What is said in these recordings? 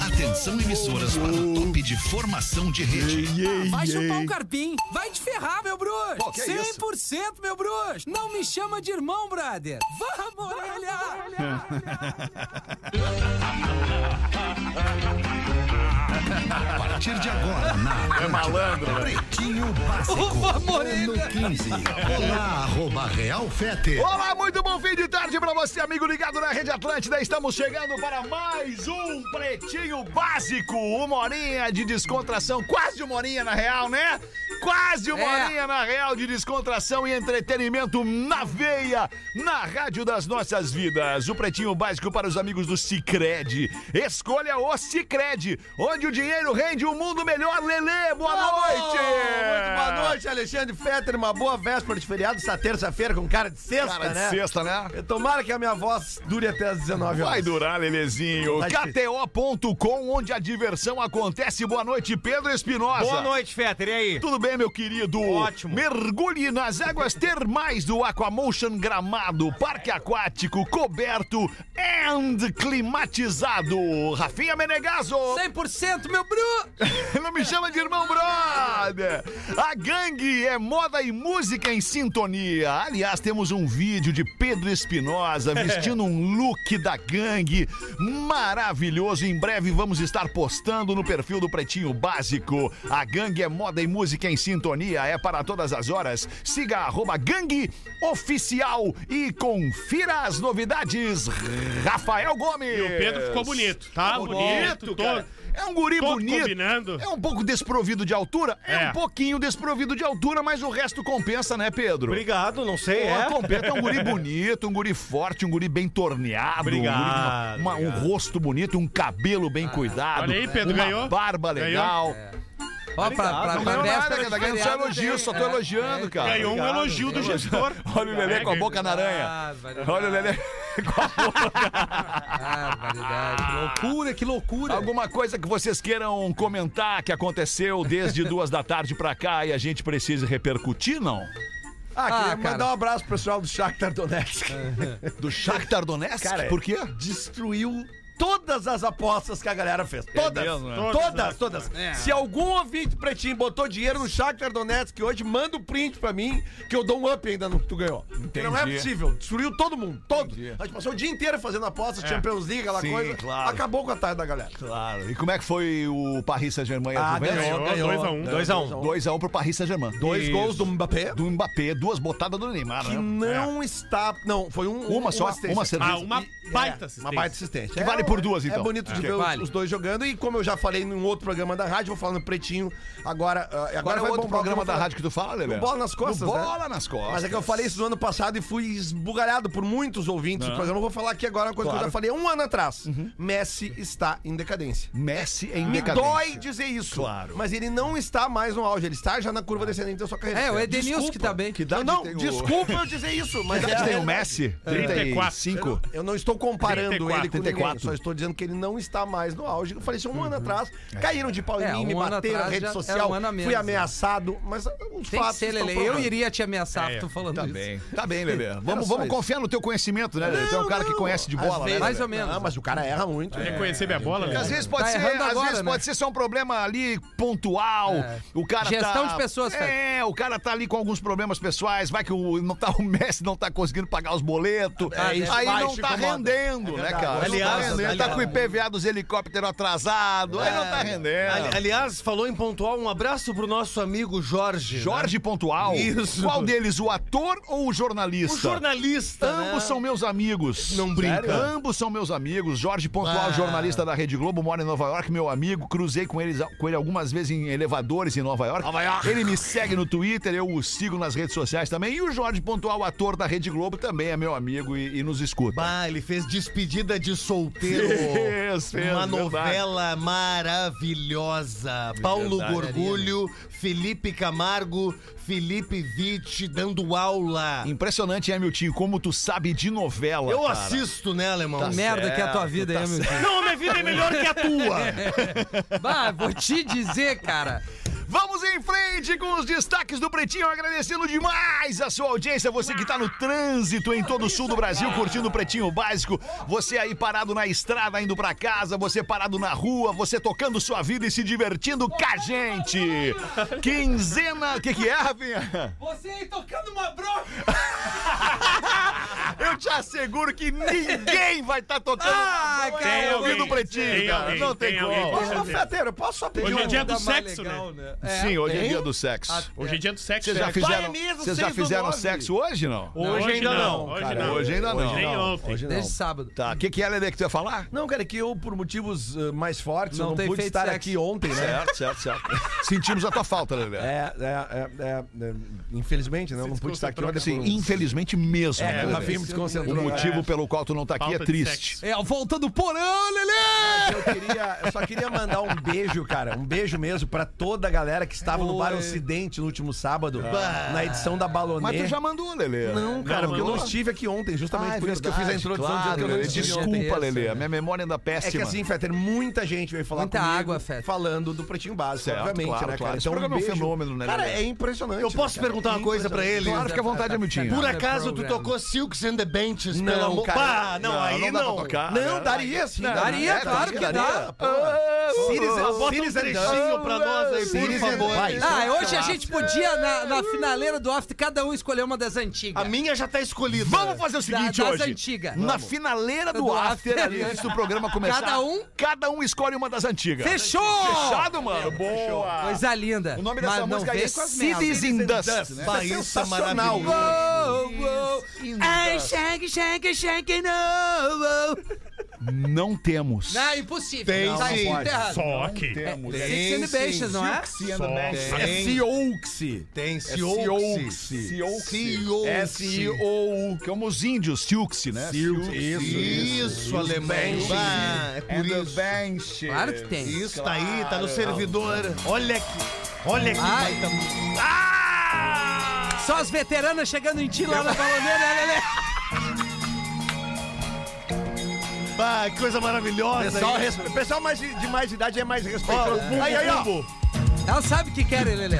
Atenção emissoras para o top de formação de rede. Vai chupar o carpim. Vai te ferrar, meu bruxo. Pô, que é 100% meu bruxo. Não me chama de irmão, brother. Vamos, orelha. A partir de agora, na É malandro, né? Pretinho Básico. Vamos, orelha. Ano 15. Olá, arroba Real Fete. Olá, muito bom fim de tarde pra você, amigo ligado na né, Rede Atlântida. Estamos chegando para mais um Pretinho Básico. Uma horinha de descontração, quase uma horinha na real, né? Quase uma É. horinha na real de descontração e entretenimento na veia, na rádio das nossas vidas. O Pretinho Básico para os amigos do Cicred. Escolha o Cicred, onde o dinheiro rende um mundo melhor. Lelê, boa noite! Muito boa noite, Alexandre Fetter. Uma boa véspera de feriado, essa terça-feira com cara de sexta, Cara de né? sexta, né? Tomara que a minha voz dure até as 19 horas. Vai durar, Lelezinho. Vai difícil. KTO.com, onde a diversão acontece. Boa noite, Pedro Espinosa. Boa noite, Fetter. E aí? Tudo bem, meu querido? Ótimo. Mergulhe nas águas termais do Aquamotion Gramado, parque aquático, coberto and climatizado. Rafinha Menegaso. 100% meu bruxo. Não me chama de irmão brother! A gangue é moda e música em sintonia. Aliás, temos um vídeo de Pedro Espinosa vestindo um look da gangue maravilhoso. Em breve vamos estar postando no perfil do Pretinho Básico. A gangue é moda e música em sintonia. É para todas as horas. Siga arroba gangue oficial e confira as novidades. Rafael Gomes. E o Pedro ficou bonito. Tá Ficou bonito, cara. todo- É um guri todo bonito. combinando. É um pouco desprovido de altura? É. É. um pouquinho desprovido de altura, mas o resto compensa, né, Pedro? Obrigado, não sei, Ó, é. compensa. É um guri bonito, um guri forte, um guri bem torneado. um, guri Obrigado, com uma- uma- um rosto bonito, um cabelo bem cuidado. Ah, Olha aí, Pedro, uma ganhou? barba Ganhou? É. legal. Ó, pra, pra, Não pra ganhou nada, véspera de cara. Ganhou só feriado elogio, tem- só tô é, elogiando, cara. Ganhou um elogio do gestor. Olha o Lelê É, com a ganhou. boca na aranha. Ah, variedade. Olha o Lelê. Ah, variedade. Que loucura, que loucura. Alguma coisa que vocês queiram comentar que aconteceu desde duas da tarde pra cá e a gente precisa repercutir, não? Ah, Ah, queria cara. mandar um abraço pro pessoal do Shakhtar Donetsk. Do Shakhtar Donetsk? Cara, é. Por quê? Destruiu todas as apostas que a galera fez. Todas. mesmo, né? Todas, todas. Se algum ouvinte pretinho botou dinheiro no Shakhtar Donetsk hoje, manda o print pra mim que eu dou um up ainda no que tu ganhou. Entendi. Não é possível. Destruiu todo mundo. Todo. Entendi. A gente passou o dia inteiro fazendo apostas, Champions League, aquela Sim, coisa. claro. Acabou com a tarde da galera. Claro. E como é que foi o Paris Saint-Germain? e Ah, a Juventus? ganhou, dois a um. 2x1. 2x1 pro Paris Saint-Germain. Dois Isso. gols do Mbappé. Do Mbappé, duas botadas do Neymar, que né? não está. Não, foi um, Uma só, assistência. um É, uma serviço. Ah, uma baita assistência. Uma baita assistente. Que vale por duas, então. É bonito de É. ver os- Vale. os dois jogando. E como eu já falei num outro programa da rádio, vou falar no Pretinho. Agora, ah, agora, Agora é vai outro bombar o programa eu vou da falar. rádio que tu fala, Lelé. Do Bola nas Costas, Do né? Bola nas costas. Mas é que eu falei isso no ano passado e fui esbugalhado por muitos ouvintes É. do programa. Eu vou falar aqui agora uma coisa que eu já falei um ano atrás. Messi está em decadência. Messi em Me Uhum. decadência. dói dizer isso. Claro. Mas ele não está mais no auge. Ele está já na curva descendente da sua carreira. É, o Edenilson que tá bem. Que idade Não, tem não, o- desculpa eu dizer isso, mas Que idade tem é o Messi? 35. eu não estou comparando 34, ele com 34. ninguém, só estou dizendo que ele não está mais no auge. Eu falei isso um ano atrás, caíram de pau Uhum. em É, mim, um me ano bateram na atrás rede já social, era um ano a menos, fui né? ameaçado, mas ah, os Tem que fatos ser, estão Lelê. Eu provando. iria te ameaçar, É, tô falando Tá isso. bem. Tá bem, Lelê. Vamos, só vamos isso. confiar no teu conhecimento, né, Lelê? Tu é um Não, cara que não. conhece de Às bola, né? vezes, Mais ou menos. É. Não, mas o cara erra muito. né? Reconhecer minha bola, Porque né? às vezes pode Tá ser, errando às agora, vezes né? pode ser só um problema ali pontual. É. O cara Gestão tá- de pessoas, É, o cara tá ali com alguns problemas pessoais, vai que o não tá o Messi não tá conseguindo pagar os boletos. É, isso aí vai, não isso tá incomoda. rendendo, É né, verdade. cara? Aliás, não tá, rendendo, tá com o IPVA dos helicópteros atrasado, aí não tá rendendo. Ali- aliás, falou em pontual, um abraço pro nosso amigo Jorge. né? Jorge Pontual. Isso. Qual deles, o ator ou o jornalista? O jornalista. Ambos né? são meus amigos. Não brinca. Sério? Ambos são meus amigos. Jorge Pontual, Ah. jornalista da Rede Globo, mora em Nova York, meu amigo. Cruzei com, eles, com ele algumas vezes em elevadores em Nova York. Nova York. Ele me segue no Twitter, eu o sigo nas redes sociais também. E o Jorge Pontual, ator da Rede Globo, também é meu amigo e, e nos escuta. Bah, ele fez despedida de solteiro. Fez, fez, Uma verdade. novela maravilhosa. Paulo Verdade. Gorgulho, Felipe Camargo, Felipe Vitti dando aula. Impressionante, Hamilton, como tu sabe de novela. Eu cara. tá assisto, né, alemão? Que merda que é a tua vida aí, meu Não, a minha vida é melhor que a tua. Bah, vou te dizer, cara. Vamos Vamos em frente com os destaques do Pretinho, agradecendo demais a sua audiência. Você que tá no trânsito em todo o sul do Brasil, curtindo o Pretinho Básico. Você aí parado na estrada, indo pra casa. Você parado na rua. Você tocando sua vida e se divertindo com a gente. Quinzena... O que que é, Rafinha? Você aí tocando uma broca. Eu te asseguro que ninguém vai estar tocando Ah, Não é cara, ouvido alguém, Pretinho, tem cara. alguém, Não tem, tem alguém. como. Ô, ô, Frateiro, eu posso só pedir Hoje é um- dia do Ainda mais sexo, legal, né? É. Sim, hoje é dia do sexo. Hoje é dia do sexo. Vocês já né? fizeram, Vai mesmo, vocês já seis do fizeram nove. sexo hoje, não? Hoje, ainda não. Hoje, cara, não. hoje ainda não. Nem ontem. Hoje Desde sábado. Tá, o que, que é, Lelê, que tu ia falar? Não, cara, é que eu, por motivos eh, mais fortes, Não eu não tem pude feito estar sexo. aqui ontem, né? Certo, certo, certo. Sentimos a tua falta, Lelê. É, é, é, é, é, infelizmente, né? Eu não pude estar aqui ontem. Assim, por- infelizmente mesmo. né, É, Lelê. o Rafinha me desconcentrou. o motivo pelo qual tu não tá aqui é Falta de triste. sexo. É, a volta do porão, Lelê! Eu, queria, eu só queria mandar um beijo, cara. Um beijo mesmo pra toda a galera que estava no Bar Oi. Ocidente no último sábado, na edição da Balonê. Mas tu já mandou, Lelê. É. Não, cara, porque eu não estive aqui ontem, justamente Ah, é por isso que eu fiz a verdade, introdução claro, dizendo que eu não Lelê. estive Desculpa, ontem. Desculpa, ontem. Lelê. A minha memória ainda é É péssima. que assim, Fetter, muita gente veio falar Muita comigo água, Fetter. falando do Pretinho Básico, Certo, obviamente, claro, né, cara? claro. Esse Então, programa é um beijo. fenômeno, né, Cara, Lelê? é impressionante. Eu posso né, cara? perguntar uma coisa pra ele? Claro, fica à tá, vontade, Amitinho. Por acaso tu Programa. tocou Silks and the Benches, Não, pelo amor... cara. Pá, não, Não, aí Ah, não é, dá pra não. tocar. Não, daria sim. Daria, claro que Ah, dá. Sirius, Ah, Bota um Sirius and trechinho Dance. pra nós aí, por Sirius and favor. Vai. Ah, hoje a gente podia, na, na finaleira do after, cada um escolher uma das antigas. A minha já tá escolhida. Vamos fazer o seguinte das hoje. antigas. Na Vamos. finaleira do, Do after, after. ali, antes do programa começar. Cada um? Cada um escolhe uma das antigas. Fechou! Fechado, mano. Boa. Coisa linda. Ah, O nome dessa Mas não música aí vem é com as merdas. Cities in Dust. né? Bah, isso é Sensacional. maravilhoso. Ai, shake, shake, shake, oh. no. Não temos. Não, é impossível. Tem Não, sim. Tá tudo errado. Só que. Temos. É Six and the Benches, não é? Só. É Sioux. Tem É É Sioux. S-I-O-U. Como os índios, Siouxsie, né? Isso, Isso, alemão. Ah, é por isso. Claro que tem. Isso tá aí, tá no servidor. Olha que. Olha que Ai. baita música. Ah! Só as veteranas chegando em ti lá na baloneira, né, Lelê? Bah, que coisa maravilhosa. Pessoal, aí. res- pessoal mais de, de mais de idade é mais Ó, respeitoso. o bumbo, aí, aí, ó. bumbo. Ela sabe o que querem, Lelê.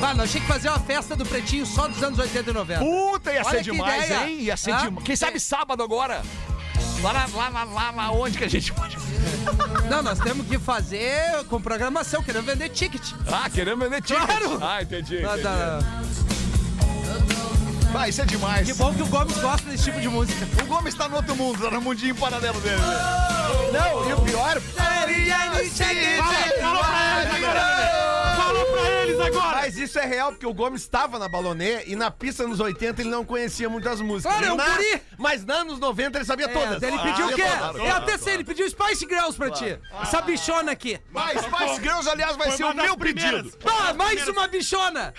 Vai, nós tinha que fazer uma festa do Pretinho só dos anos 80 e 90. Puta, ia Olha ser que demais, ideia. hein? Ia ser Ah, demais. Quem sabe tem- sábado agora? Lá, na- lá, lá, lá, lá onde que a gente pode... Não, nós temos que fazer com programação, querendo vender ticket. Ah, queremos vender tickets. Claro. Ah, entendi. Da- entendi. da- Vai, isso é demais. Que bom que o Gomes gosta desse tipo de música. O Gomes tá no outro mundo, tá no mundinho paralelo dele. Ah, Não, e o pior, é, Falou pra eles agora! Falou pra eles agora! mas isso é real, porque o Gomes estava na Balonê e na pista nos 80 ele não conhecia muitas músicas. Claro, é um Na- guri. Mas nos anos 90 ele sabia É, todas. Ah, Ele pediu o quê? Claro. é até sei, ele pediu Spice Girls pra ti. Essa bichona aqui. Mas Spice Girls, aliás, vai tá Foi ser uma o das meu primeiras. pedido. Ah, mais uma bichona!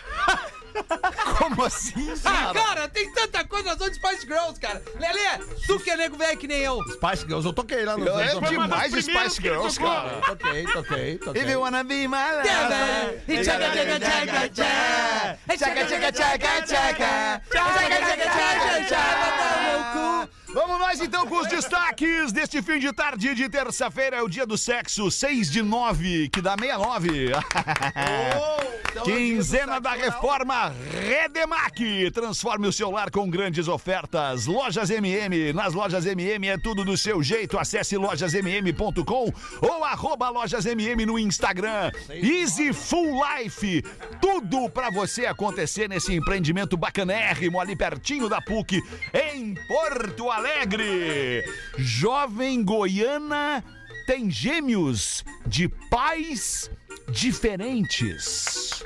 Como assim, Ah, cara, tem tanta coisa nas outras Spice Girls, cara. Lelê, tu que é nego velho que nem eu. Spice Girls, eu toquei lá nos anos É 90. uma das demais primeiras Spice que ele Girls, tocou. cara. Toquei, toquei, toquei. If you wanna be my lover. E tchaca, tchaca, tchaca, tchaca. E tchaca, tchaca, tchaca, tchaca. Tchaca, tchaca, tchaca, tchaca. Vamos nós então com os destaques deste fim de tarde de terça-feira. É o dia do sexo, 6 de 9, que dá 69. Quinzena da reforma Redemac. Transforme o seu lar com grandes ofertas. Lojas MM. Nas lojas MM é tudo do seu jeito. Acesse lojasmm.com ou arroba lojasmm no Instagram. Easy Full Life. Tudo pra você acontecer nesse empreendimento bacanérrimo ali pertinho da PUC em Porto Alegre. Jovem Goiana tem gêmeos de pais diferentes.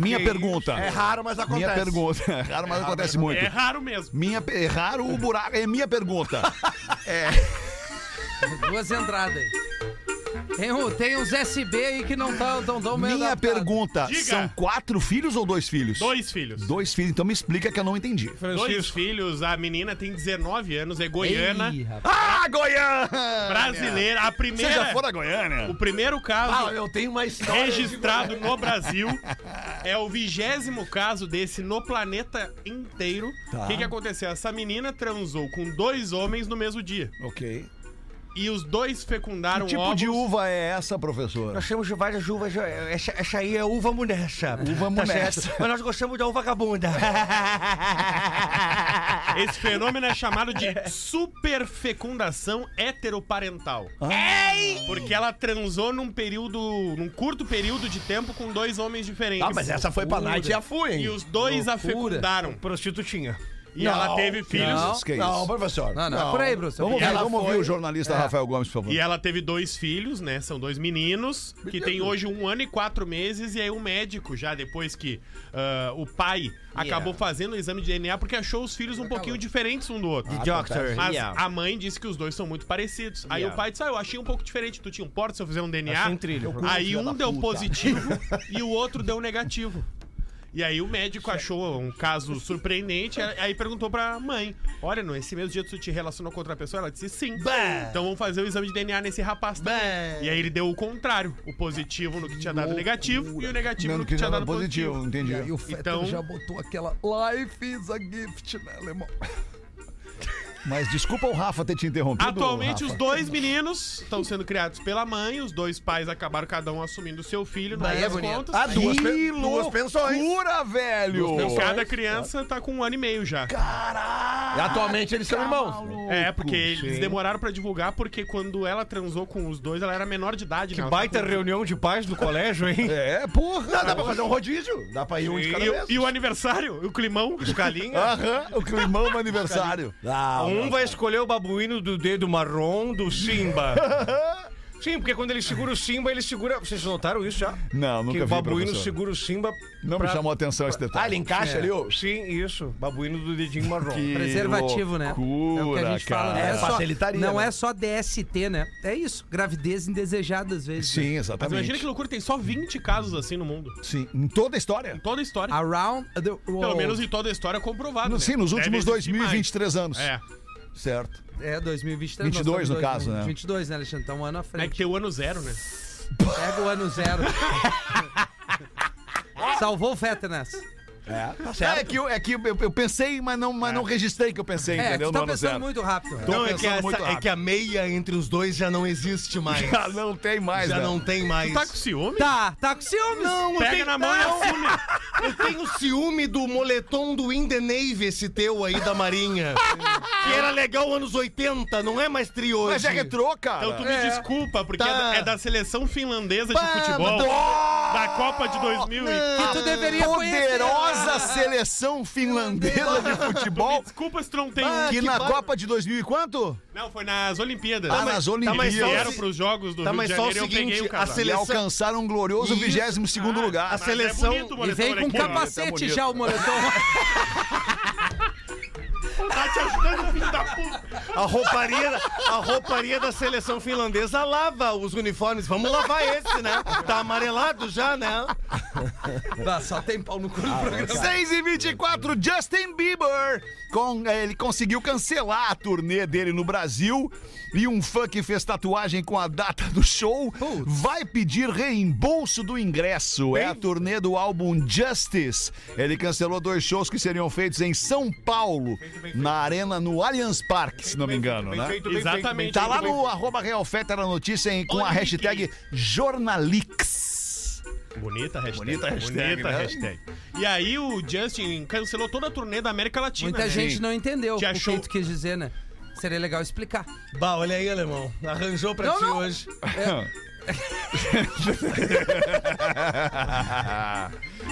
Minha pergunta. É raro, mas acontece. Minha pergunta. É raro, mas acontece muito. É raro mesmo. Minha, pe- é raro o buraco. É minha pergunta. Duas entradas aí. Tem, um, tem uns SB aí que não tão, tão, tão bem Minha adaptados. pergunta. Diga. São quatro filhos ou dois filhos? Dois filhos. Dois filhos. Então me explica que eu não entendi. Dois filhos. A menina tem 19 anos, é goiana, Ih, rapaz. Ah, Goiânia! brasileira. A Você já primeira. for a Goiânia? O primeiro Ah, caso eu tenho uma história. registrado no Brasil é o vigésimo caso desse no planeta Tá. inteiro. O que, que aconteceu? Essa menina transou com dois homens no mesmo dia. Ok. e os dois fecundaram Que tipo ovos. de uva é essa, professora? Nós temos de várias uvas. é, Essa, essa aí é uva munessa. Uva Tá munessa. certo? Mas nós gostamos da uva vagabunda. Esse fenômeno é chamado de superfecundação heteroparental. Porque ela transou num período, num curto período de tempo com dois homens diferentes. Ah, mas essa foi pra Night e a Fu, hein? E os dois a fecundaram. Prostitutinha. E ela teve filhos. Não. Que é isso? Não, professor. Não, não, é por aí, Bruce. Vamos, ver, ela vamos foi- ouvir o jornalista Rafael Gomes, por favor. E ela teve dois filhos, né? São dois meninos, que tem hoje um ano e quatro meses, e aí o médico, já depois que ah, o pai acabou fazendo o exame de DNA, porque achou os filhos um pouquinho diferentes um do outro. Doctor. Mas Yeah. a mãe disse que os dois são muito parecidos. Aí o pai disse: Ah, eu achei um pouco diferente. Tu te importa se eu fizer um DNA? Achei um trilho. Aí filha um da deu puta. positivo e o outro deu negativo. E aí o médico achou um caso surpreendente, aí perguntou pra mãe: Olha, no esse mesmo dia tu te relacionou com outra pessoa? Ela disse sim. Então vamos fazer o exame de DNA nesse rapaz também. E aí ele deu o contrário: o positivo no que tinha dado negativo e o negativo Não, no que tinha dado positivo. entendi. E aí o Fetter Então- já botou aquela Life is a gift, né, alemão? Mas desculpa o Rafa ter te interrompido. Atualmente, Rafa. os dois meninos estão sendo criados pela mãe, os dois pais acabaram cada um assumindo o seu filho, no fim das contas. Ah, duas, pe- Que duas pensões. Cura, velho! E cada criança tá com um ano e meio já. E atualmente eles são irmãos. é, porque eles demoraram pra divulgar, porque quando ela transou com os dois, ela era menor de idade. Que né? Ela baita tá com- reunião de pais do colégio, hein? É, porra! Não, dá pra fazer um rodízio. Dá pra ir um de cada E, o- vez. e o aniversário, o climão. O calinho. Aham, o climão no aniversário. Ah, Um vai escolher o babuíno do dedo marrom do Simba. Sim, porque quando ele segura o Simba, ele segura. Vocês notaram isso já? Não, nunca que o vi, babuíno professor. segura o Simba. Não me pra- chamou a atenção esse detalhe. É. Ah, ele encaixa ali, ô. Sim, isso. Babuíno do dedinho marrom. Que Preservativo, né? é o que loucura, a gente cara. fala, né? É, só- facilitaria, Não né? é só DST, né? É isso, gravidez indesejada às vezes. né? Sim, Mas exatamente. imagina que loucura, tem só 20 casos assim no mundo. Sim, em toda a história. Toda a Ah, história. Around the world. Pelo menos em toda a história comprovado. No- né? Sim, nos Deve últimos existir mais. 2023 anos. É. Certo. É, 2023. nós 22 estamos no caso, né? 22, né, Alexandre? Tá um ano à É que frente. tem o ano zero, né? Pega o ano zero. Salvou o Fetter nessa. É que, eu, é que eu, eu pensei, mas não, É. mas não registrei que eu pensei, É, entendeu? tu No tá ano pensando zero. muito rápido. Tô Não, é que, pensando muito essa- é rápido. que a meia entre os dois já não existe mais. Já não tem mais, já né? não tem mais. Tá com ciúme? Tá, tá com ciúmes. Não, Pega na mão e assume. Eu tenho ciúme do moletom do In the Navy, esse teu aí da Marinha. que era legal anos 80, não é mais tri hoje. Mas é retrô, cara. Então tu me desculpa, porque Tá. é, da, é da seleção finlandesa Pá, de futebol, mas da Copa de 2000 e... tu deveria conhecer. Poderosa seleção finlandesa de Me futebol desculpa se tu não tem um. que na Copa de 2000 e quanto? Não, foi nas Olimpíadas. Tá, Ah, nas mas Eles só Olimpíadas. vieram pros jogos do Tá, Rio mas de só o Janeiro e eu seguinte, peguei o a casal. sele- E seleção- alcançaram um glorioso 22º lugar. a seleção- É bonito o E moletom vem com daqui, ó. Tá capacete bonito. já o moletom. Tá te ajudando, filho da puta. A rouparia, a rouparia da seleção finlandesa lava os uniformes. Vamos lavar esse, né? Tá amarelado já, né? Ah, Só tem pau no cu do programa. 6 e 24, Justin Bieber. Com, eh, ele conseguiu cancelar a turnê dele no Brasil. E um fã que fez tatuagem com a data do show vai pedir reembolso do ingresso. É a turnê do álbum Justice. Ele cancelou dois shows que seriam feitos em São Paulo, na arena no Allianz Parque, se não me engano, né? Exatamente. Tá lá no arroba Real Feta na notícia em- com a Olha, hashtag Jornalix. Bonita hashtag. Bonita hashtag, Bonita né? hashtag. E aí o Justin cancelou toda a turnê da América Latina. Muita né? gente não entendeu Te o achou- que tu quis dizer, né? Seria legal explicar. Bah, olha aí, alemão. Arranjou pra Não, ti não. hoje.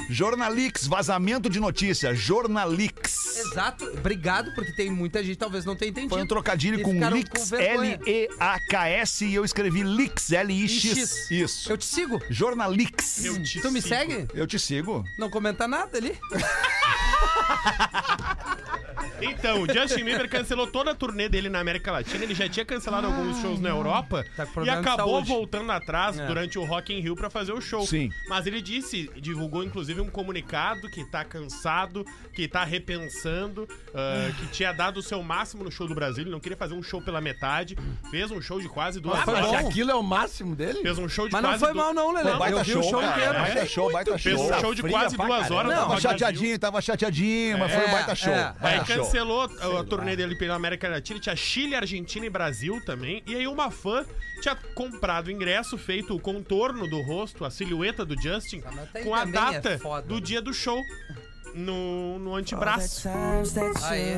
Jornalix, vazamento de notícia. Jornalix. Exato. Obrigado, porque tem muita gente que talvez não tenha entendido. Foi um trocadilho E com ficaram Lix, vergonha. L-E-A-K-S, e eu escrevi Lix, E L-I-X. X. Isso. Eu te sigo. Jornalix. Eu te tu me sigo. segue? Eu te sigo. Não comenta nada ali. Então, o Justin Bieber cancelou toda a turnê dele na América Latina. Ele já tinha cancelado alguns shows na Europa Ah, Tá com e problema de acabou saúde. voltando atrás É. durante o Rock in Rio pra fazer o show. Sim. Mas ele disse, divulgou inclusive um comunicado que tá cansado, que tá repensando, ah, que tinha dado o seu máximo no show do Brasil. Ele não queria fazer um show pela metade. Fez um show de quase duas foi horas. bom. Aquilo é o máximo dele? Fez um show de Mas não quase foi du- mal, não, Lelê. Não, Eu vi o show cara. inteiro. Baita show, baita Fez show. um show de Fria quase pra duas caralho. horas. no Não, Tava Rock in Rio. chateadinho, tava chateadinho, mas foi um baita show. é, Aí é. cancelou a- a turnê dele pela América Latina, tinha Chile, Argentina e Brasil também. E aí uma fã tinha comprado o ingresso, feito o contorno do rosto, a silhueta do Justin, mas até aí com a também é data foda. do dia do show no, no antebraço. Aê.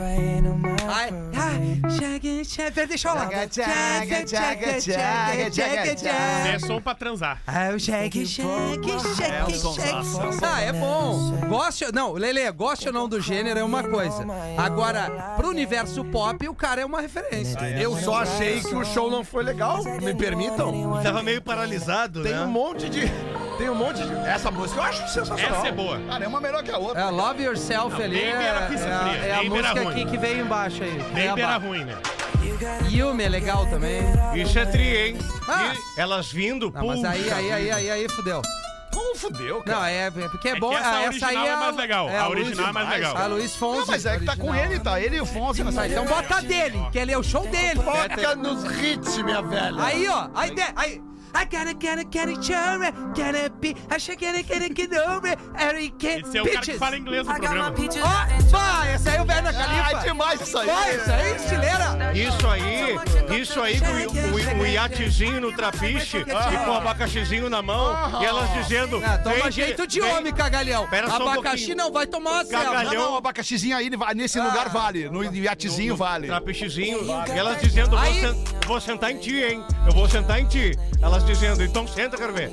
Ai, ah, tchaga, tchaga. Pera, Deixa eu lá. Tchaga, tchaga, tchaga, tchaga, tchaga, tchaga. É som pra transar. Ah, o cheque, cheque, cheque, cheque. Ah, é bom. Goste, não, Lele, goste ou não do gênero é uma coisa. Agora, pro universo pop, o cara é uma referência. Eu só achei que o show não foi legal, me permitam. Tava meio paralisado, Tem um né? monte de. Tem um monte de. Essa música eu acho sensacional. Essa é boa. Cara, é uma melhor que a outra. É, Love Yourself ali é, Baby era pizza fria, é, é a Baby era música ruim. aqui que veio embaixo aí. Nem Veio era abaixo. ruim, né? Yumi é legal também. Isso é tri, hein? Ah. E elas vindo, Não, mas aí, puxa aí, aí, aí, aí, fudeu. Como fudeu, cara? Não, é, é porque é que bom. essa ah, original aí é mais legal. A Luiz- original é mais legal. A Luiz Fonsi. Não, mas é que tá com original. ele, tá? Ele e o Fonse Tá, nessa então bota a dele, que ele é o show dele. Foca nos hits, minha velha. Aí, ó, aí, de, aí. I gotta, gotta, gotta, chama, gotta be, I should gotta, gotta, get over, Eric, Esse é o cara que fala inglês no programa. Ó, pá, essa aí é o velho da Califa. Ah, é demais isso aí. Vai, isso aí, é estileira. Isso aí, isso aí com o, o, o iatezinho no trapiche e com o abacaxizinho na mão e elas dizendo. Ah, toma "Vem que- jeito de vem- homem, cagalhão. Pera só um Abacaxi pouquinho. não vai tomar a selva. Cagalhão. Não, não, o um abacaxizinho aí, ele vai- nesse Ah, lugar vale. No iatezinho vale. Trapichezinho, e elas dizendo, vou, Aí- sen- vou sentar em ti, hein? Eu vou sentar em ti. Elas dizendo, então senta, quero ver.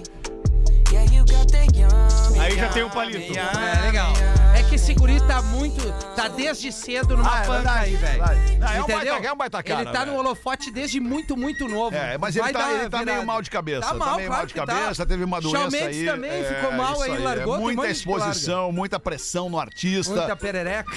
Aí já tem o palito. Tá É, legal. É que esse guri tá muito. Tá desde cedo numa Ah, é panca verdade, aí, velho. verdade. Não, é um Entendeu? baita- é um baita cara, Ele tá no velho. holofote desde muito, muito novo. É, mas ele Vai tá- dar ele tá virada. meio mal de cabeça, Tá tá mal, meio claro mal de que tá. cabeça, teve uma Shawn doença Mendes aí, também é, ficou mal isso aí, aí, é largou. tem um Muita monte de larga. exposição, tá. muita pressão no artista. Muita perereca.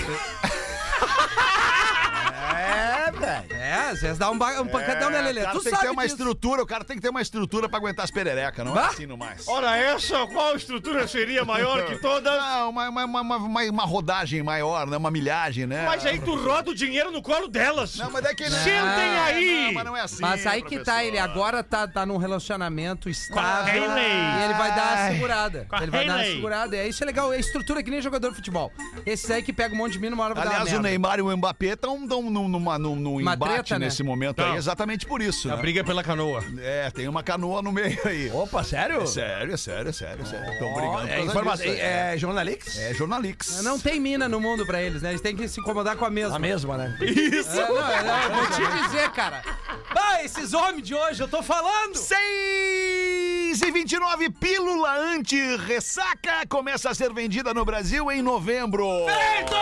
É, velho. É, às vezes dá um, ba... um pancadão, né, Lelê? É, cara Tu tem sabe que ter uma disso. estrutura, o cara tem que ter uma estrutura pra aguentar as pererecas, não é Bah. assim no mais. Ora, essa, qual estrutura seria maior que todas? Ah, uma, uma, uma, uma, uma rodagem maior, né? Uma milhagem, né? Mas aí tu roda o dinheiro no colo delas. Não, mas é que... Sentem aí! Não, mas não é assim, Mas aí que tá, ele agora tá, tá num relacionamento estável. Hayley. E ele vai dar a segurada. Com a Ele vai dar a Hayley. segurada. É, isso é legal. É estrutura que nem jogador de futebol. Esses aí que pega um monte de mina, uma hora vai dar Aliás, o uma merda. Neymar e o Mbappé estão num, numa- num- num Uma embate treta, né? nesse momento aí, é exatamente por isso. né? briga pela canoa. É, tem uma canoa no meio aí. Opa, sério? É sério, é sério, é sério, é sério. Estão brigando. É, por causa informação. disso, é, É, jornalix? é jornalix. Não tem mina no mundo pra eles, né? Eles têm que se incomodar com a mesma. A mesma, né? É, não, não, eu vou te dizer, cara. Ah, esses homens de hoje, eu tô falando! 6 e 29, pílula anti-ressaca começa a ser vendida no Brasil em novembro. Feito!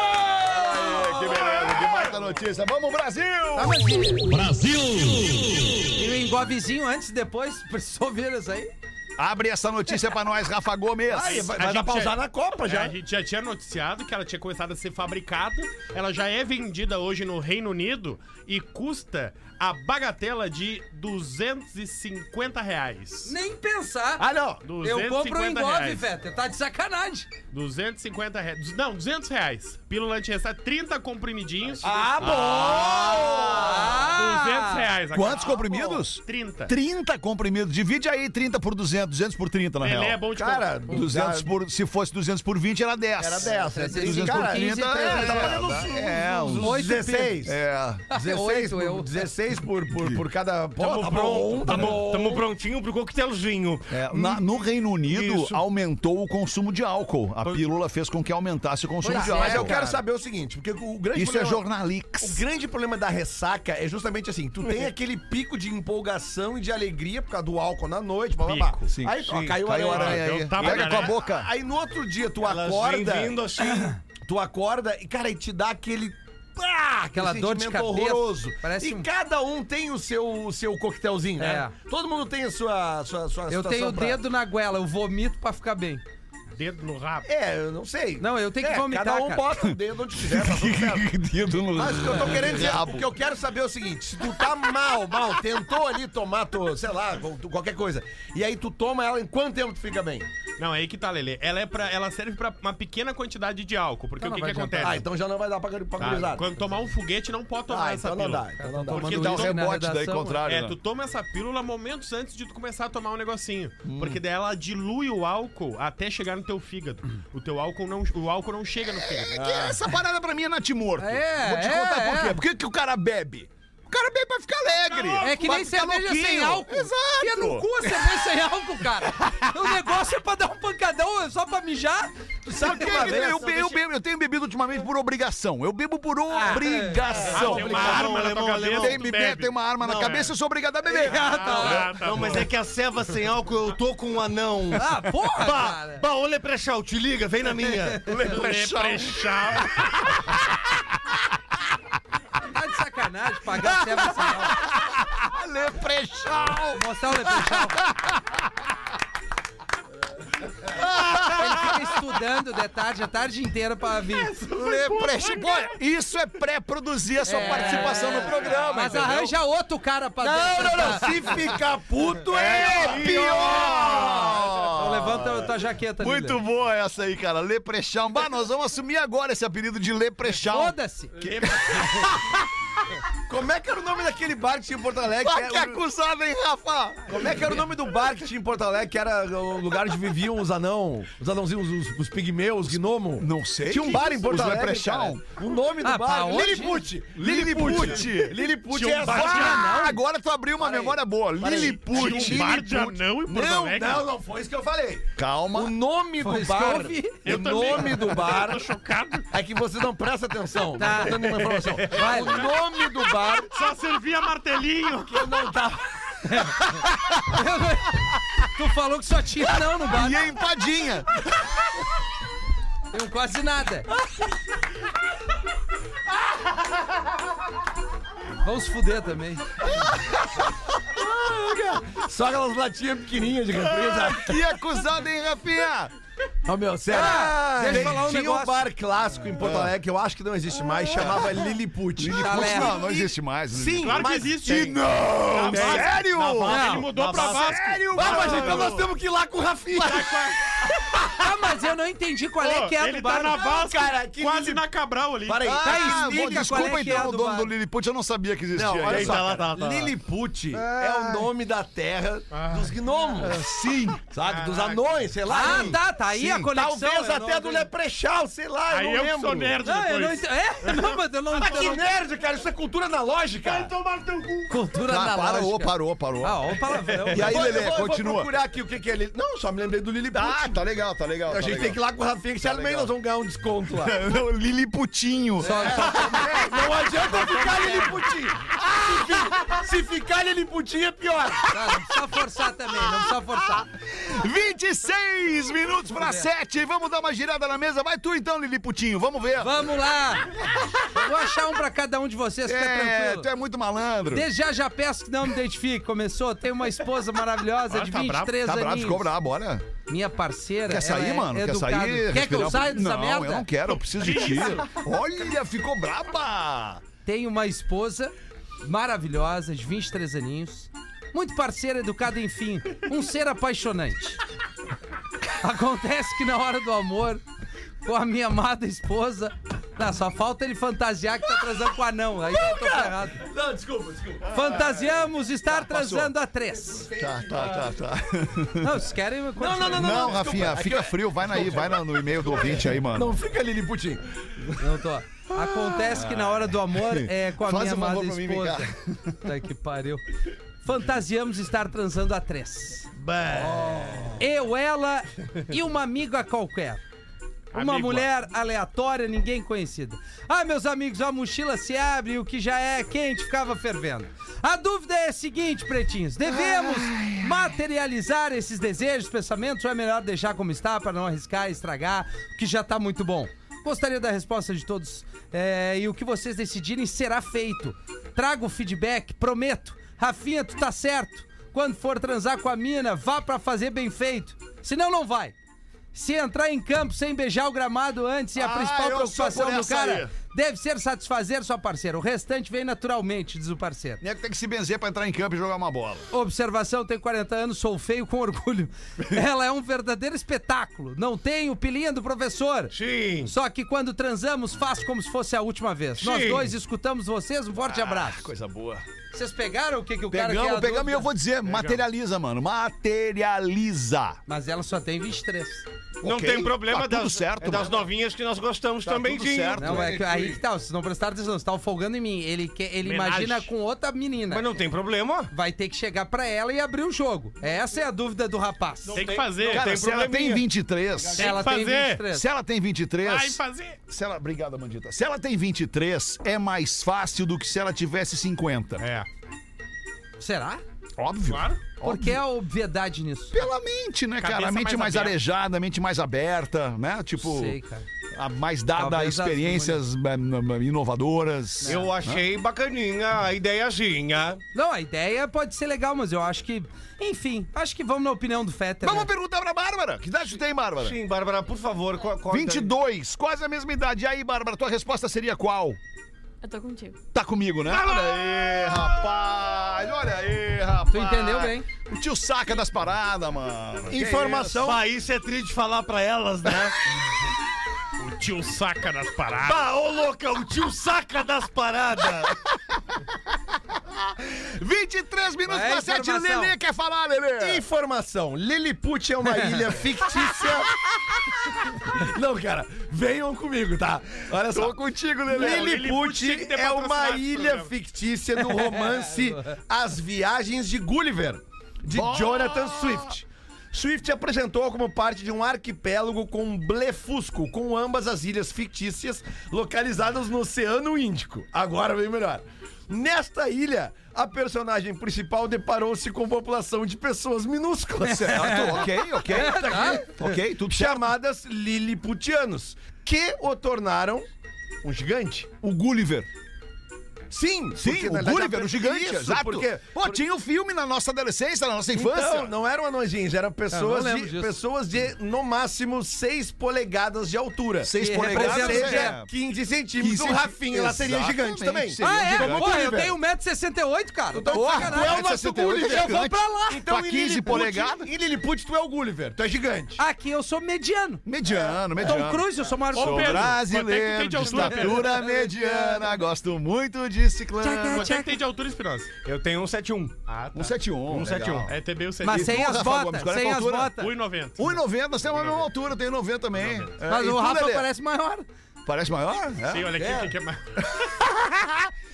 que beleza, que baita notícia. Vamos, Brasil! Tá. E o engovezinho antes e depois, precisou ver isso aí? Abre essa notícia pra nós, Rafa Gomes. Aí, vai, vai A dar gente pra usar é- na Copa É, já. a gente já tinha noticiado que ela tinha começado a ser fabricada, ela já é vendida hoje no Reino Unido e custa a bagatela de 250 reais. Nem pensar. Ah, não. eu compro o 250 engove, reais. Vetter. Tá de sacanagem. 250 reais. Não, 200 reais. Pílula anti-ressaca, 30 comprimidinhos. Ah, bom! 200 reais. a Quantos cada. comprimidos? 30. 30 comprimidos. Divide aí 30 por 200, 200 por 30, na Lelê é real. bom de Cara, comprar. 200 por, se fosse 200 por 20, era 10. Era 10, era 300 Cara, então, por 15, 30, é, tá valendo uns- é, uns oito 16. É. 16, Oito, por, eu- 16 por, por, por cada. Pô, Tamo, tá pronto, bom, tá bom. tamo, tamo prontinho pro coquetelzinho. É, Hum. na- no Reino Unido, Isso. aumentou o consumo de álcool. A pílula fez com que aumentasse o consumo Pois de é, álcool. Mas eu cara. quero saber o seguinte, porque o grande Isso é problema... jornalix. O grande problema da ressaca é justamente assim, tu tem aquele pico de empolgação e de alegria por causa do álcool na noite, blá blá blá. Pico, sim, aí, ó, sim, caiu, caiu a a aranha. aranha. Então tá Eu tava Pega na com a né? aranha. boca. Aí no outro dia tu Elas vêm acorda, vindo assim. tu acorda e cara, e te dá aquele pá, aquele Aquela dor de sentimento cabeça. horroroso. Parece e um- É. cada um tem o seu, o seu coquetelzinho, né? Todo mundo tem a sua, sua, sua Eu situação tenho o pra- dedo na goela, eu vomito pra ficar bem. Dedo no rabo. É, eu não sei. Não, eu tenho que É, vomitar, Cada um cara. bota o dedo onde quiser, tá tudo certo. Ah, Mas o que eu tô querendo dizer, o que eu quero saber é o seguinte: se tu tá mal, mal, tentou ali tomar, tu, sei lá, tu- qualquer coisa, e aí tu toma ela, em quanto tempo tu fica bem? Não, é aí que tá, Lelê. Ela, é pra, ela serve pra uma pequena quantidade de álcool. Porque Então o que, não que vai adiantar. acontece? Ah, então já não vai dar pra, pra Tá? gurizada. Quando tomar um foguete, não pode tomar Ah, essa então não pílula. dá, então não dá. Porque Tomando dá um uísque na rebote daí, redação, contrário. É, né? tu toma essa pílula momentos antes de tu começar a tomar um negocinho. Porque daí ela dilui o álcool até chegar no no teu fígado. O teu álcool não, o álcool não chega no fígado. Que essa parada pra mim é natimorto. É, Vou te é, contar por quê. é. Por que, que o cara bebe? O cara bebe pra ficar alegre. É que pra nem ficar cerveja louquinho. sem álcool. Enfia no Exato. cu a cerveja sem álcool, cara. O negócio é pra dar um pancadão, é só pra mijar. Tu Sabe sabe por que é que uma que vez... eu, bebo, eu, bebo- eu tenho bebido ultimamente por obrigação. Eu bebo Ah, por obrigação. é, Tem uma arma na tua cabeça, tem, tu me bebe. é. tem uma arma na cabeça, eu sou obrigado a beber. né? Ah, tá Não, mas bom. é que a ceva sem álcool eu tô com um anão. Ah, porra, Bah, cara. bah, ô Leprechal, te liga, vem na minha. Leprechal. Tá de sacanagem pagar até você. Leprechal! Mostrar o leprechal. Ele fica estudando de tarde, a tarde inteira pra vir. Leprechal! Pô, Isso é pré-produzir a sua É. É. participação no programa. Mas entendeu? arranja outro cara pra Não, não, não. Se ficar puto é pior! Então levanta a tua jaqueta, Muito Lilian. boa essa aí, cara. Leprechal. Bah, nós vamos assumir agora esse apelido de É Leprechal. Foda-se. Como é que era o nome daquele bar que tinha em Porto Alegre? Bah, Que que é era o- acusado, hein, Rafa? Como é que era o nome do bar que tinha em Porto Alegre, que era o lugar onde viviam os anão, os anãozinhos, os, os pigmeus, os gnomo? Não sei. é Tinha um bar em Porto Os Alegre, Leprechal? cara. O nome do Ah, pra bar, onde? Lilliput. Lilliput. Lilliput Tinha um é bar de essa. Ah, agora tu abriu uma Para aí. memória boa. Para aí. Lilliput. Tinha um bar de anão né, em Porto Não, Alegre? não, não foi isso que eu falei. O Calma. nome Foi do isso que eu bar, ouvi. o Eu também. nome do bar Tô chocado. é que vocês não prestam atenção. Tá. Não tô dando uma informação. Vai, O nome do bar Só servia martelinho. que eu não tava. Tu falou que só tinha um não no bar. E a empadinha. Tem quase nada. Vamos fuder também. Só aquelas latinhas pequenininhas de Tá refrigerante. Que acusado, hein, Rafinha? Não, meu, sério. Ah, Deixa eu tem- falar um tinha um negócio. bar clássico em Ah. Porto Alegre que eu acho que não existe mais, chamava Lilliput. Lilliput, Não, não existe mais. Sim, Claro que mas... existe. Não! Tem. Sério? Na Vasco, Ele Não, mudou na Tá pra Vasco. Vasco. Sério? Ah, mas mano? então nós temos que ir lá com o Rafinha. Ah, mas eu não entendi qual é Pô, que é ele do bar. tá na Vasco, cara, que quase lindo. na Cabral ali. Para aí. Ah, Tá, explica bom, qual desculpa é que então, é o do dono bar. do Lilliput, eu não sabia que existia. Não, olha hein? só, tá lá, cara. tá lá, tá lá. Lilliput é o nome da terra dos gnomos. Sim. Sabe? Dos anões, sei lá. Ah, tá, tá aí a conexão. Talvez eu até não- do Leprechal, sei lá, Aí eu não eu que sou lembro. nerd Não, eu não depois. entendi. É? Não, mas eu não Ah, que entendi. nerd, cara. Isso é cultura analógica. tomar teu cu. Cultura Ah, parou, analógica. parou, parou. Ah, ó, o palavrão. E aí, Eu vou- Lelê, eu vou- eu continua. Vou procurar aqui o que, que é Lilliput. Não, só me lembrei do Lilliput. Ah, tá legal, tá legal. a gente tem que ir lá com o Rafinha, que se amanhã nós vamos ganhar um desconto lá. que... Liliputinho. Só- só- É, não adianta ficar Liliputinho. Se, fi- se ficar Liliputinho é pior. Não, não precisa forçar também, não precisa forçar. É. 26 minutos pra 7. Vamos dar uma girada na mesa. Vai tu então, Liliputinho. Vamos ver. Vamos lá! Vou achar um pra cada um de vocês, fica É, tranquilo. tu é muito malandro. Desde já já peço que não me identifique. Começou, tem uma esposa maravilhosa de tá bravo, 23 Tá bravo, aninhos. ficou bravo, bora. Minha parceira. Quer sair, ela é mano? Quer educada. sair? Quer que eu Respirar- um saia dessa não, merda? eu não quero, eu preciso de ti. Olha, ficou braba. Tem uma esposa maravilhosa, de 23 aninhos. Muito parceira, educada, enfim. Um ser apaixonante. Acontece que na hora do amor, com a minha amada esposa. Não, só falta ele fantasiar que tá transando com o anão. Aí eu tô ferrado. Não, desculpa, desculpa. Ah, Fantasiamos estar transando a três. Tá, tá, tá, tá. Não, vocês querem. Não, não, Não, desculpa. Rafinha, Aqui, fica ó. frio, vai na aí, vai na- no e-mail do ouvinte aí, mano. Não fica Liliputinho. Não tô. Acontece que na hora do amor é com a Faz minha um favor amada pra mim, vem esposa. Tá que pariu. Fantasiamos estar transando a três. Eu, ela e uma amiga qualquer. Uma Amígua. mulher aleatória, ninguém conhecida. Ah, meus amigos, a mochila se abre e o que já é quente ficava fervendo. A dúvida é a seguinte, pretinhos: devemos materializar esses desejos, pensamentos, ou é melhor deixar como está para não arriscar e estragar o que já tá muito bom? Gostaria da resposta de todos é, e o que vocês decidirem será feito. Trago o feedback, prometo. Rafinha, tu tá certo. Quando for transar com a mina, vá pra fazer bem feito. Senão, não vai. Se entrar em campo sem beijar o gramado antes e a Ah, principal eu sou por preocupação do essa cara aí. deve ser satisfazer sua parceira. O restante vem naturalmente, diz o parceiro. Nego tem que se benzer pra entrar em campo e jogar uma bola. Observação, tenho 40 anos, sou feio com orgulho. Ela é um verdadeiro espetáculo. Não tem o pilinha do professor. Sim. Só que quando transamos, faço como se fosse a última vez. Nós dois escutamos vocês. Um forte abraço. Ah, Coisa boa. Vocês pegaram o que, que o cara quer? Pegamos, a pegamos e eu dúvida? vou dizer, materializa, mano. Materializa. Mas ela só tem 23. Não Ok, tem problema tá tudo das, certo, é das mano. Tá novinhas que nós gostamos também, tudo Dinho. certo. Não, é que aí que tá, vocês não prestaram atenção, vocês estavam folgando em mim. Ele, quer, ele Homenagem. imagina com outra menina. Mas não tem problema. Vai ter que chegar pra ela e abrir o jogo. Essa é a dúvida do rapaz. Tem que fazer. Cara, tem se ela tem probleminha. 23, Tem ela que tem fazer. 23. se ela tem 23, Vai fazer. se ela, obrigado, Amandita. Se ela tem 23, é mais fácil do que se ela tivesse 50. É. Será? Óbvio. Claro. Porque é a obviedade nisso. Pela mente, né, cara? Cabeça A mente mais, mais aberta. arejada, a mente mais aberta, né? Tipo, Sei, cara. a mais dada a Talvez as experiências eh, eh, inovadoras. É. Eu achei bacaninha a ideiazinha. Não, a ideia pode ser legal, mas eu acho que. Enfim, acho que vamos na opinião do Fetter. Vamos né? perguntar pra Bárbara. Que idade tu tem, Bárbara? Sim, Bárbara, por favor, qual, qual 22, quase a mesma idade. E aí, Bárbara, tua resposta seria qual? Eu tô contigo. Tá comigo, né? Olha aí, rapaz! Olha aí, rapaz! Tu entendeu bem. O tio saca das paradas, mano. Que Informação. Bah, isso é triste de falar pra elas, né? O tio saca nas paradas. bah, ô louca, o tio saca das paradas. isso? 23 minutos Vai, pra 7. É informação. Lelê quer falar, Lelê! Informação: Lilliput é uma ilha fictícia. Não, cara, venham comigo, tá? Olha só. Tô contigo, Lelê. Lilliput tem Lilliput que ter é uma patrocinado esse ilha programa. fictícia do romance As Viagens de Gulliver, de Jonathan Swift. Swift apresentou como parte de um arquipélago com um Blefusco, com ambas as ilhas fictícias localizadas no Oceano Índico. Agora vem melhor. Nesta ilha, a personagem principal deparou-se com população de pessoas minúsculas. Certo, ok, ok. Ok, tudo certo. chamadas Lilliputianos, que o tornaram um gigante. O Gulliver. Sim, Sim, o Gulliver, o gigante, exato. Porque, Pô, tinha o filme na nossa adolescência, na nossa infância. É, então, não eram anõezinhos, eram Eu não pessoas, lembro de, disso. pessoas de, no máximo, 6 polegadas de altura. Seis Que Ou polegadas. representa- seja, é. 15 centímetros. 15 o Rafinha lá seria gigante também. Exatamente, Ah, é? Como Porra, eu Gulliver. tenho 1,68m, cara. tá de Porra, sacanagem. tu é o nosso 1,68 Gulliver. Eu vou gigante. pra lá. Então, Pra em 15 Lilliput- polegadas. Ah, Em Lilliput, tu é o Gulliver, tu é gigante. Aqui eu sou mediano. Mediano, mediano. Tom Cruise, eu sou maior Ô, Sou que Pedro, quanto é que brasileiro, tem de de altura, Pedro? estatura mediana, gosto muito de ciclano. Quanto é que tem de altura, Espinosa? Eu tenho 171. Ah, tá. 171. 171. É TB o um Mas 70. sem tu, as Rafa botas, Gomes, qual é a sem tua as altura? botas. 1,90. 1,90, você é uma mesma altura, tem 90 também. É, Mas e o tu, Rafa Lelê? parece maior. Parece maior? É. Sim, olha aqui, o que que é mais.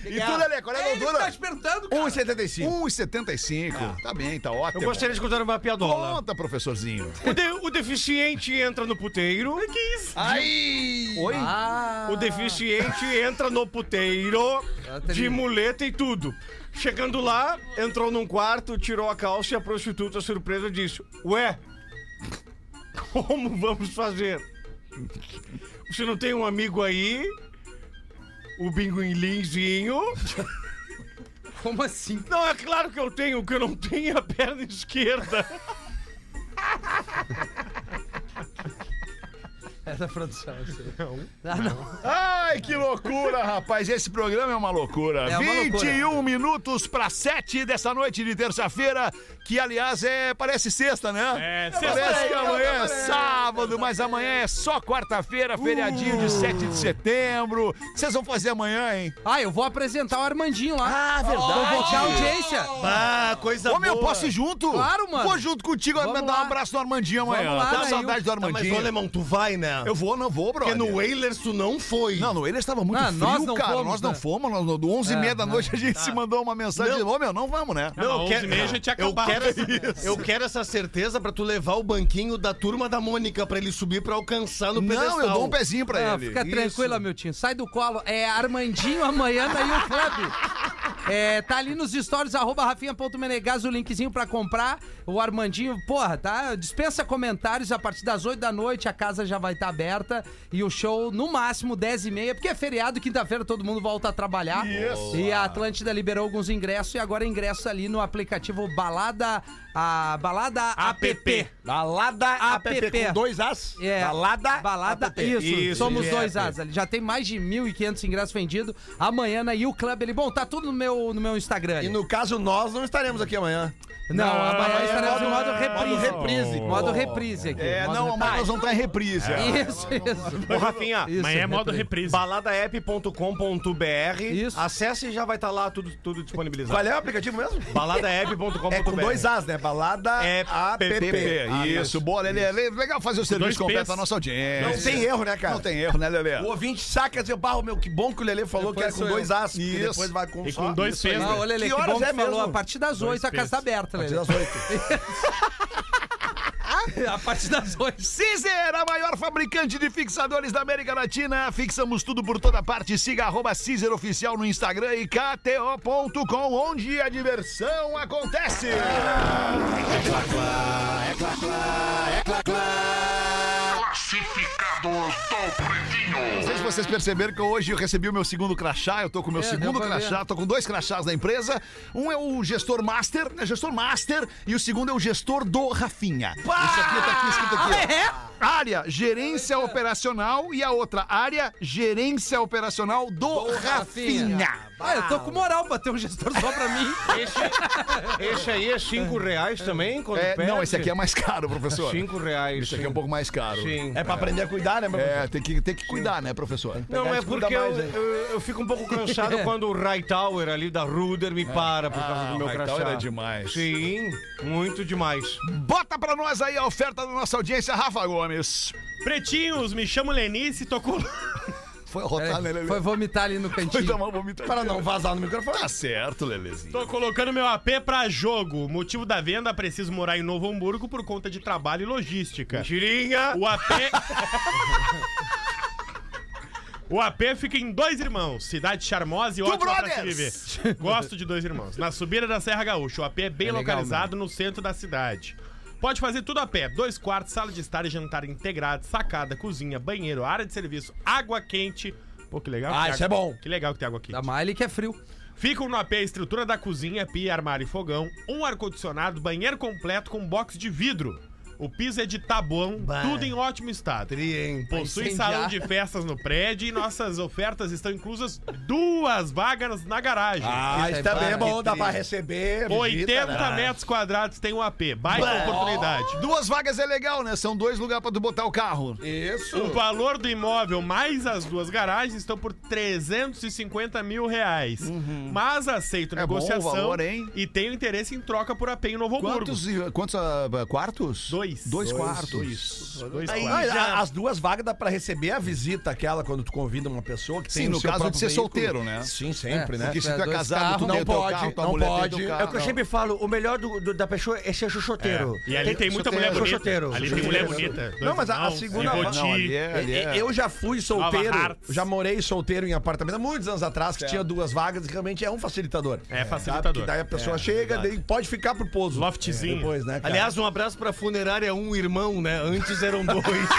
E tu, Lelê, qual é a Ele que tá Ah. altura? te perguntando, cara. 1,75. 1,75. Tá bem, tá ótimo. Eu gostaria de contar uma piadola. Conta, professorzinho. O, de- o deficiente entra no puteiro. Que isso? Ai! Oi? O deficiente entra no puteiro Ah, tá de lindo. muleta e tudo. Chegando lá, entrou num quarto, tirou a calça e a prostituta surpresa disse: Ué, como vamos fazer? Você não tem um amigo aí? O binguinlinzinho? Como assim? Não, é claro que eu tenho, o que eu não tenho é a perna esquerda. Essa produção. assim. Ai, que loucura, rapaz. Esse programa é uma loucura. É uma 21 minutos para 7 dessa noite de terça-feira, que aliás é parece sexta, né? É, sexta. Parece que amanhã é sábado, mas amanhã é só quarta-feira, feriadinho Uh. de 7 de setembro. Vocês vão fazer amanhã, hein? Ah, eu vou apresentar o Armandinho lá. Ah, Convocar a audiência. Ah, coisa Ô, meu, posso ir junto? Claro, mano. Vou junto contigo, Vamos dar um lá. abraço no Armandinho amanhã. Vamos lá, Tá né, saudade eu- do Tá, mas, Armandinho. ô, alemão, tu vai, né? Eu vou, não vou, brother. Porque no Whalers tu não foi. Não, no Eles estava muito Ah, frio, nós não cara. fomos, nós não né? fomos. Nós, do 11 h 30 da noite a gente se mandou uma mensagem. Ô, meu, não vamos, né? Não, mas 11 e meia já tinha eu acabado. quero, essa, eu quero essa certeza pra tu levar o banquinho da turma da Mônica pra ele subir pra alcançar no pedestal. Não, eu dou um pezinho pra Ah, ele. fica tranquila, meu tio. Sai do colo. É Armandinho amanhã na o Club. É, tá ali nos stories, arroba rafinha.menegas, o linkzinho pra comprar. O Armandinho, porra, tá? Dispensa comentários a partir das 8 da noite, a casa já vai estar aberta. E o show, no máximo, 10 e meia, porque é feriado, quinta-feira todo mundo volta a trabalhar. Isso. E a Atlântida liberou alguns ingressos e agora ingressos ali no aplicativo Balada. A Balada App. app. Balada APP. Com dois As. É, Balada Balada, APP. isso, Isso, Somos isso. dois asas. Já tem mais de 1.500 ingressos vendidos. Amanhã na U Club. Ele, bom, tá tudo no meu, no meu Instagram. ali. E no caso, nós não estaremos aqui amanhã. Não, amanhã estaremos em assim, modo reprise. modo reprise. Modo reprise aqui. É, modo não, reprise. mas nós vamos estar em reprise. é. Isso, isso. Ô, Rafinha, Isso, Mas é modo reprise. reprise. baladaep.com.br. Isso. Acesse e já vai estar lá tudo, tudo disponibilizado. Qual é o aplicativo mesmo? baladaep.com.br. É com dois As, né? Balada É APP. PP, isso, boa, Lelê. É Legal fazer o serviço dois completo Ps. da nossa audiência. Não tem erro, né, cara? Não tem erro, né, Lelê? O ouvinte saca e diz, barro, meu, que bom que o Lelê falou que Depois era com sou dois eu. As, porque Isso. depois vai com E só. com dois Isso aí. Ps, Não, olha, Lelê, Que que, horas bom que é falou. mesmo? A partir das 8, a casa tá aberta, Lelê. Às oito. A partir das 8. Cizer, a maior fabricante de fixadores da América Latina. Fixamos tudo por toda parte. Siga arroba Cizer Oficial no Instagram e KTO.com, onde a diversão acontece. Classificados do Pretinho. Não sei se vocês perceberam que hoje eu recebi o meu segundo crachá, eu tô com o meu É, segundo deu pra ver. crachá, tô com dois crachás da empresa. Um é o gestor master, né? Gestor master, e o segundo é o gestor do Rafinha. Isso aqui tá aqui escrito aqui. ó. Área gerência operacional e a outra área gerência operacional do, Rafinha. Ah, eu tô com moral pra ter um gestor só pra mim. Esse aí é 5 reais também? Quando É, perde? não, esse aqui é mais caro, professor. 5 reais. Esse aqui é um pouco mais caro. Sim. É pra aprender a cuidar, né, meu? É, tem que, tem que cuidar, né, professor? Não, pegar é e escuta porque eu, mais, né? eu- eu fico um pouco cansado quando o Hightower ali da Ruder me para por causa Ah, do meu o Hightower crachá. é demais. Sim, muito demais. Bota pra nós aí a oferta da nossa audiência, Rafa Gomes. é- Pretinhos, me chamo Lenice, tô com... Foi rotar, né, Lelê? É, Foi vomitar ali no Foi dar cantinho. uma vomitada. Para não vazar no microfone. Tá certo, Lelezinho. Tô colocando meu AP pra jogo. Motivo da venda, preciso morar em Novo Hamburgo por conta de trabalho e logística. Tirinha! O AP... O AP fica em Dois Irmãos, cidade charmosa e ótima pra se viver. brothers! Gosto de Dois Irmãos. Na subida da Serra Gaúcha, o AP é bem É legal, localizado né? no centro da cidade. Pode fazer tudo a pé. Dois quartos, sala de estar e jantar integrado, sacada, cozinha, banheiro, área de serviço, água quente. Pô, que legal. Ah, que tem isso água- é bom. Que legal que tem água quente. Da Miley que é frio. Ficam no AP a estrutura da cozinha, pia, armário e fogão, um ar-condicionado, banheiro completo com box de vidro. O piso é de tabuão, tudo em ótimo estado. Possui salão de festas no prédio e nossas ofertas estão inclusas duas vagas na garagem. Ah, isso também é bom, dá pra barreira. receber. visita, 80 né? metros quadrados tem um AP. Baita oportunidade. Duas vagas é legal, né? São dois lugares pra tu botar o carro. Isso. O valor do imóvel mais as duas garagens estão por 350 mil reais. Mas aceito Uhum. É bom o negociação valor, hein? e tenho interesse em troca por AP em Novo Hamburgo. Quantos, quantos ah, quartos? Dois. Dois, Dois. quartos. Dois Aí, quartos. a- As duas vagas dá pra receber a visita, aquela quando tu convida uma pessoa que Sim, tem o no seu caso próprio de ser veículo. solteiro, né? Sim, sempre, né? Porque se tu é Dois casado, tu carros, tem não o teu pode, carro, tua não mulher pode. tem o teu É o que eu carro. sempre falo, o melhor da pessoa é ser chuchoteiro. E ali tem muita mulher bonita. Chuchoteiro. Ali tem mulher bonita. Não, mas a- a segunda- Ivoti, Não, ali é, ali E- é. Eu já fui solteiro, Nova Hartz. já morei solteiro em apartamento há muitos anos atrás, que tinha duas vagas e realmente é um facilitador. É, É Sabe? Que facilitador. daí a pessoa chega, daí pode ficar pro pouso. Loftzinho. Depois, né, cara? Aliás, um abraço pra funerária um irmão, né? Antes eram dois.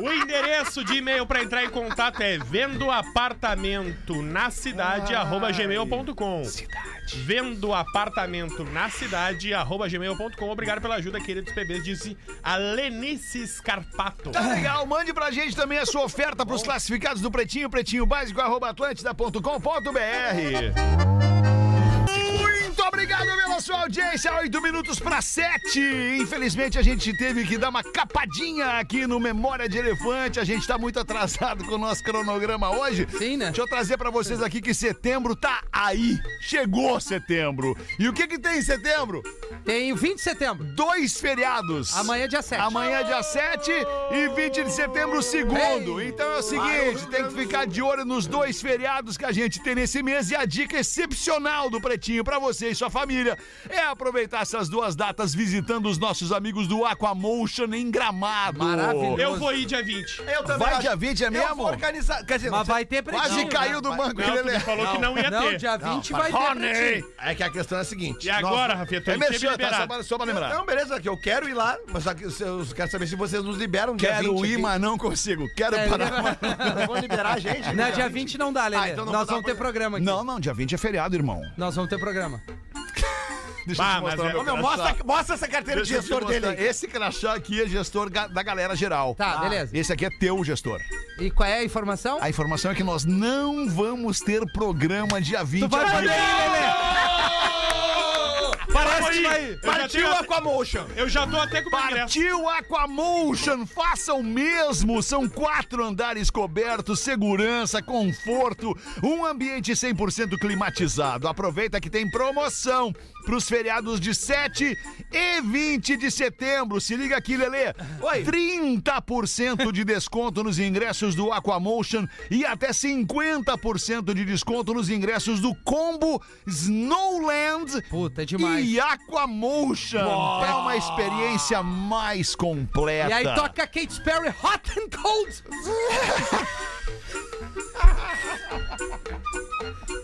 O endereço de e-mail para entrar em contato é vendo apartamento na cidade arroba gmail.com. Cidade. Vendo apartamento na cidade arroba gmail.com. Obrigado pela ajuda, queridos PBs, disse a Lenice Scarpato. Tá legal, mande pra gente também a sua oferta pros classificados do Pretinho, pretinhobásico.atlântida.com.br Muito obrigado pela sua audiência, 8 minutos pra 7. Infelizmente a gente teve que dar uma capadinha aqui no Memória de Elefante, a gente tá muito atrasado com o nosso cronograma hoje. Sim, né? Deixa eu trazer pra vocês aqui que setembro tá aí, chegou setembro. E o que que tem em setembro? Tem o 20 de setembro. Dois feriados. Amanhã, é dia 7. Amanhã, é dia 7 e 20 de setembro, o segundo. Então é o seguinte: tem que ficar de olho nos dois feriados que a gente tem nesse mês. E a dica excepcional do Pretinho pra você e sua família é aproveitar essas duas datas visitando os nossos amigos do Aquamotion em Gramado. Maravilhoso. Eu vou ir dia 20. eu também Vai acho- dia 20 é Eu mesmo? vou organizar. Quer dizer, Mas você- vai ter pretinho. Quase né? caiu do banco, Não, tu me Lelê. falou que não ia Não, ter. dia 20 vai ter Honey! pretinho. É que a questão é a seguinte. E agora, Rafinha, tu É merchan, tá? Só liberado. pra, só pra lembrar. Não, beleza, que eu quero ir lá, mas aqui, se- eu quero saber se vocês nos liberam dia Quero 20 ir, aqui. mas não consigo. Quero É, parar. Não vão liberar a gente. Não, dia 20 não dá, Lelê. Ah, então não Nós vou dar vamos ter pra- programa aqui. Não, não, dia 20 é feriado, irmão. Nós vamos ter programa. Deixa eu Bah, te mostrar mas é- meu Ô, meu, crachá. Mostra, mostra essa carteira de Deixa eu te gestor dele. mostrar. Esse crachá aqui é gestor ga- da galera geral. Tá, beleza. Esse aqui é teu gestor. E qual é a informação? A informação é que nós não vamos ter programa dia 20 vai abril. poder ir, Lelê. Parece aí. Eu já Partiu tenho- Aquamotion. Eu já tô até com o meu ingresso. Partiu Aquamotion, faça o mesmo. São quatro andares cobertos, segurança, conforto, um ambiente 100% climatizado. Aproveita que tem promoção para os feriados de 7 e 20 de setembro. Se liga aqui, Lelê. 30% de desconto nos ingressos do Aquamotion e até 50% de desconto nos ingressos do combo Snowland Puta, é demais. e Aquamotion é uma experiência mais completa. E aí toca Kate Perry Hot and Cold.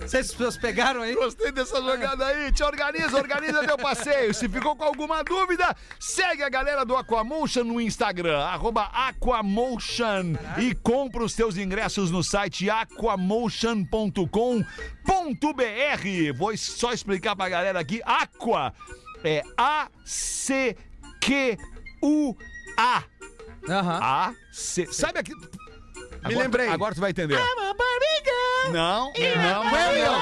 Vocês vocês pegaram aí? Gostei dessa jogada aí. Te organiza, organiza teu passeio. Se ficou com alguma dúvida, segue a galera do Aquamotion no Instagram, arroba Aquamotion. E compra os teus ingressos no site aquamotion.com.br. Vou só explicar pra galera aqui. Aqua é A-C-Q-U-A. Ah, Aham. A, C. Sabe aqui. Me lembrei. Agora tu vai entender. Não, não, não, não,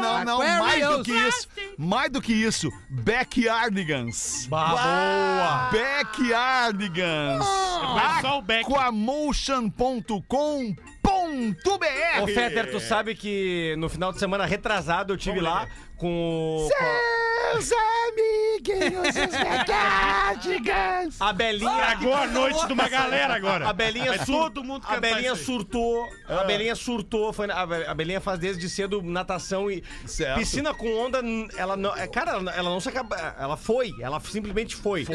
não, não, não. Mais do que isso. Mais do que isso. Backyardigans. Boa! Backyardigans. Vai Ah. só o Beck. Aquamotion.com.br Ô, Feder, tu sabe que no final de semana retrasado eu tive lá com o. Meus amiguinhos, os Backyardigans. com a- A Belinha. Tragou a noite de uma galera agora. A Belinha, Vai sur- todo mundo a cantar isso Belinha aí. surtou. A Belinha surtou. Foi, na- a, Be- a Belinha faz desde cedo natação e. Certo. Piscina com onda, n- ela não. é, Cara, ela ela não se acaba. Ela foi. Ela simplesmente foi.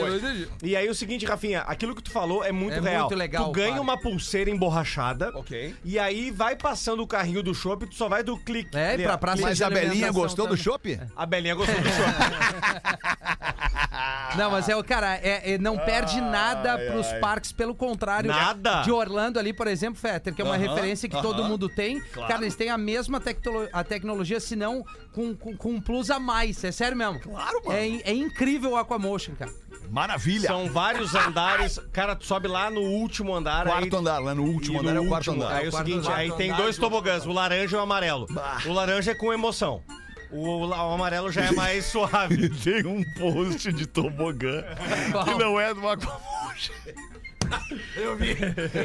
E aí o seguinte, Rafinha, aquilo que tu falou é muito É real. muito legal, tu ganha cara. uma pulseira emborrachada. Ok. E aí vai passando o carrinho do shopping, tu só vai do clique. É, ali, pra ó. praça Mas de a Belinha alimentação gostou do também. chopp? A Belinha gostou do shopping. Não, mas é o cara, é, é- não perde nada pros parques, pelo contrário. é Nada. De Orlando ali, por exemplo, Fetter, que é uma referência que todo mundo tem. Cara, eles têm a mesma tectolo- a tecnologia, se não com, com, com um plus a mais. É sério mesmo. Claro, mano. É, in- é incrível o Aquamotion, cara. Maravilha. São vários andares. Cara, tu sobe lá no último andar. Quarto andar, lá no e último andar é no o quarto último, andar. Aí é o Quarto seguinte, andar. aí tem Quarto dois tobogãs, o laranja e o amarelo. O laranja é com emoção. O, la- o amarelo já é mais suave. Tem um post de tobogã que não é do Aquamotion. Eu vi.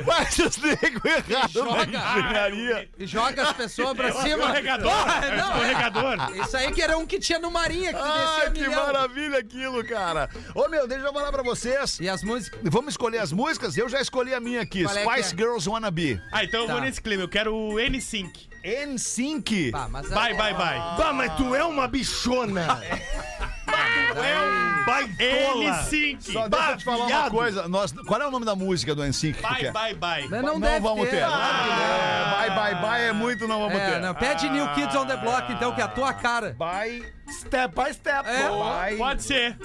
Mas os negros erraram na Joga. engenharia. E joga as pessoas pra cima. escorregador, Porra, não, é- Escorregador. Isso aí que era um que tinha no Marinha, que tu descia Ah, que milhão. maravilha aquilo, cara. Ô, meu, deixa eu falar pra vocês. E as músicas. Vamos escolher as músicas? Eu já escolhi a minha aqui. Qual é que Spice é? Girls Wanna Be. Ah, então eu Tá. vou nesse clima. Eu quero o N-Sync. NSYNC. Pá, Ah, mas é- Vai, vai, Ah. vai. Bah, mas tu é uma bichona. É. Baitola. é um N-Sync. Só deixa eu te falar uma coisa. Nós, qual é o nome da música do NSYNC? que é. tu Bye, quer? bye, bye. Mas não, deve vamos ter. ter. Ah. É, bye, bye, bye é muito, não vamos É, ter. não, pede New Kids on the Block, então, que é a tua cara. Bye, Step by step. É. bye, Pode ser.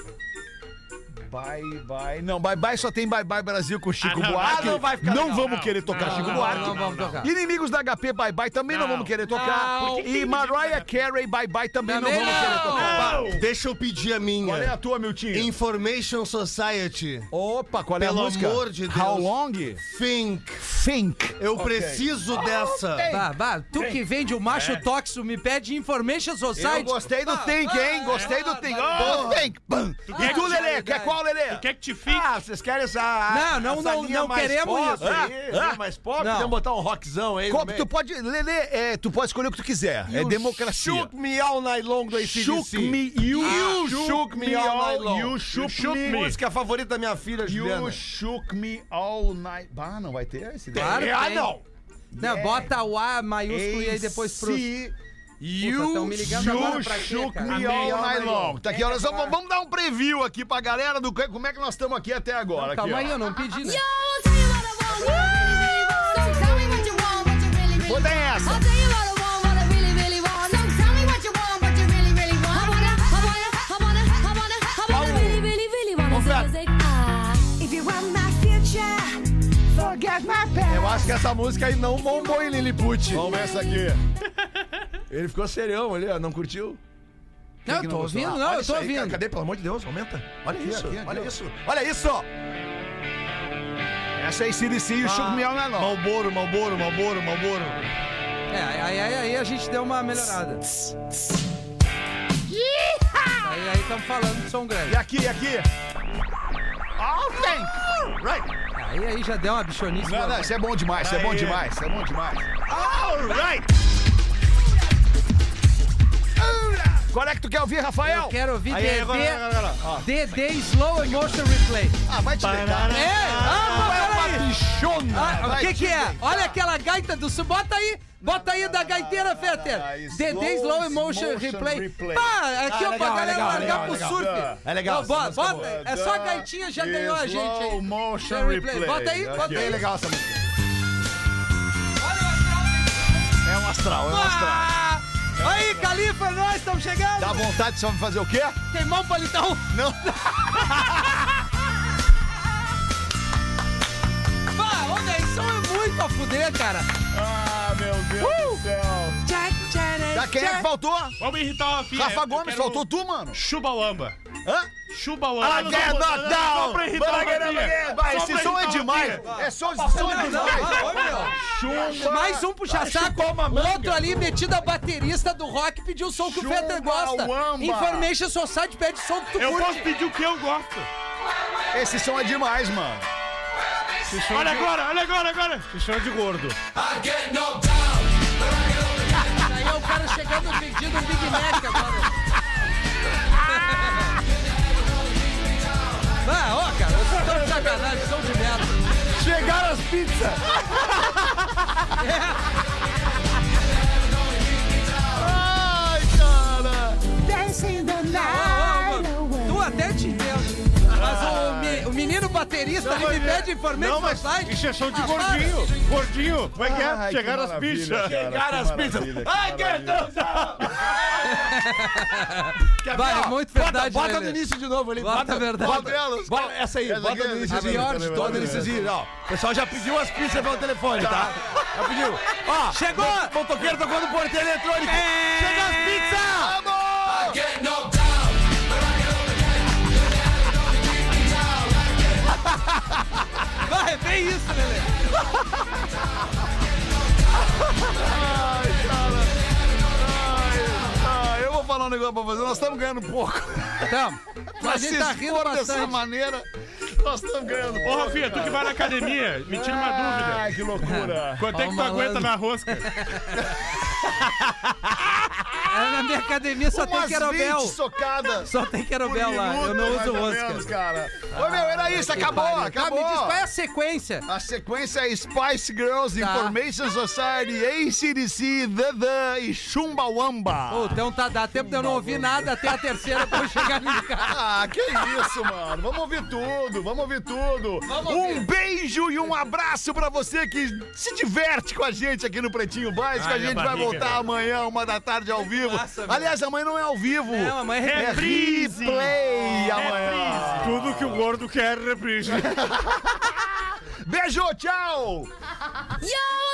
Bye bye. Não, bye bye só tem bye bye Brasil com Chico Ah, não, Buarque. ah, não vai ficar Não legal, vamos não. querer tocar Não, Chico não, Buarque. não vamos tocar. Inimigos da HP Bye Bye também não, Não. vamos querer tocar. Não. Por que E Mariah Carey Bye Bye também não Também vamos não. querer tocar. Deixa eu pedir a minha. Qual é a tua, meu tio? Information Society. Opa, qual é a Pelo música? amor de Deus. How long? Think. Think. Eu preciso dessa. Bah, bah, tu que vende o macho tóxico, me pede Information Eu Society. gostei do Think, hein? ah, Gostei do Think. ah, Oh, Think. Bam. E quer- tu, Lelê? verdade. Quer qual, Lelê? Quer que te fique? Ah. vocês querem essa. Não, não, não, não queremos isso. Ah, mais pobre, Não. podemos botar um rockzão aí. no Qual- meio. Tu pode, Lelê, é, tu pode escolher o que tu quiser. É You democracia. Shook me all night long do ACDC. Shook me, you, Ah, You shook me all night long. You shook, me. Música favorita da minha filha, Juliana. You shook me all night. Bah, não vai ter esse daí. Claro que Ah, tem. não. Não, bota o A maiúsculo e aí depois pro... AC, Puta, tão me ligando agora You pra quê, shook cara? Amei, me all all night night long. long. Tá aqui, olha só, vamos vamos dar um preview aqui pra galera do que- como é que nós estamos aqui até agora. Calma aqui, aí, ó. eu não pedi, né? Vou dar essa. Eu acho que essa música aí não bombou em Lilliput. Vamos ver essa aqui. Ele ficou serião ali, ó. Não curtiu? Não, eu tô ouvindo, não, Olha eu isso tô aí, cara. ouvindo. Cadê? Pelo amor de Deus, aumenta. Olha isso, aqui, aqui, olha ó. isso. Olha isso. Essa é CDC Ah, e o Shook Me All Night Long. Malboro, Malboro, Malboro, Malboro. É, aí, aí, aí a gente deu uma melhorada. Aí aí aí estamos falando de som grande. E aqui, e aqui. All thanks. Right. Aí aí já deu uma bichonice. Não, não, isso é bom demais, isso é bom demais, isso é bom demais. All right. Qual é que tu quer ouvir, Rafael? Eu quero ouvir Aí, DD, agora, agora, agora, ó. DD Slow Emotion Replay. Ah, vai te deitar. É, ah, É uma bichona. o Vai que te que é? deitar. Olha aquela gaita do sul, bota aí, bota aí da gaiteira, Fetter. não, não, DD Ah, slow Slow Emotion motion Replay. replay. Pá, aqui Ah, ó, pra legal, é galera legal, largar legal, pro legal. surf. É legal, Ó, essa bota, música é boa. é só a gaitinha já ganhou a gente aí. Slow motion É replay. replay. Bota aí, bota Aqui. aí. É legal essa música. É um astral, é um astral. Tá Ah! Aí, Califa, nós estamos chegando. Dá vontade de só me fazer o quê? Tem mão palitão. Não. Pá, ô, Nelson é muito a fuder, cara. Uh! Ah, meu Deus do céu. Tchá, tchá, né, Tá, quem é que tchá. faltou? Vamos irritar uma filha. Rafa Eu Gomes, quero faltou tu, mano. Ah, Chubawamba. Hã? é Chubawamba. I get knocked down. pra irritar But I o get up Rafinha. again. Vai, Só Esse pra som é irritar o demais. Rafinha. É só esse som Não, é não, demais. não, ô, meu. Mais um puxa-saco. Outro ali metido a baterista do rock pediu som que o Fetter gosta. Chumbawamba. Information Society pede som que tu Eu posso curte. pedir o que eu gosto. Esse som é demais, mano. é Olha agora, olha agora, agora. Isso é de gordo. Aí é o cara chegando pedindo um Big Mac agora. Ah, ó, cara, vocês estão de sacanagem, são de merda. Chegaram as pizzas. Ó, ó, ó, Ai, cara. Tu até te entendo. Mas o, Ah. me- o menino baterista ali me é- pede informação Não, mas society. isso é som de Ah, gordinho. Gordinho. Como é que Ai, é? que Chegaram as maravilha, bichas. cara, Chegaram que as bichas. maravilha, que Ai, que para. Vai, é muito verdade, bota né, no Lê? início de novo ali. Bota a verdade. Bota, bota essa aí, Essa bota aqui no é- início Ah, de peraí, York, peraí, bota no peraí, início de ó. O pessoal já pediu as pizzas pelo telefone, tá? Já pediu. Ó, Chegou! o motoqueiro tocou no porteiro eletrônico. Chega as pizzas! Vai, é bem isso, Lelê. Ah, eu vou falar um negócio pra você. Nós estamos ganhando pouco. Então, a Mas gente se tá rindo expor dessa bastante. maneira, nós estamos ganhando Ô, pouco. Rafinha, tu que vai na academia, me tira uma dúvida. Ai, que loucura. Quanto é que Ó, tu malandro. aguenta na rosca? Ah, Na minha academia só tem Umas 20 querobel. socadas. Só tem por querobel lá. Eu não minuto, uso mais ou menos, rosca. cara. Ô, meu, era isso. Acabou, Tá, acabou. me diz qual é a sequência. A sequência é Spice Girls, Tá. Information Society, ACDC, The The e Chumbawamba. Ô, então tá, dá tempo de eu não ouvir nada até a terceira pra eu chegar ali em casa. Ah, que isso, mano. Vamos ouvir tudo, vamos ouvir tudo. Vamos um ouvir. beijo e um abraço pra você que se diverte com a gente aqui no Pretinho Básico. Ai, a gente minha vai barriga. voltar amanhã, uma da tarde, ao vivo. massa, meu. Aliás, amanhã não é ao vivo. Não, a mãe é Reprise. É replay amanhã. Tudo que o gordo quer é reprise. Beijo, tchau. Yo,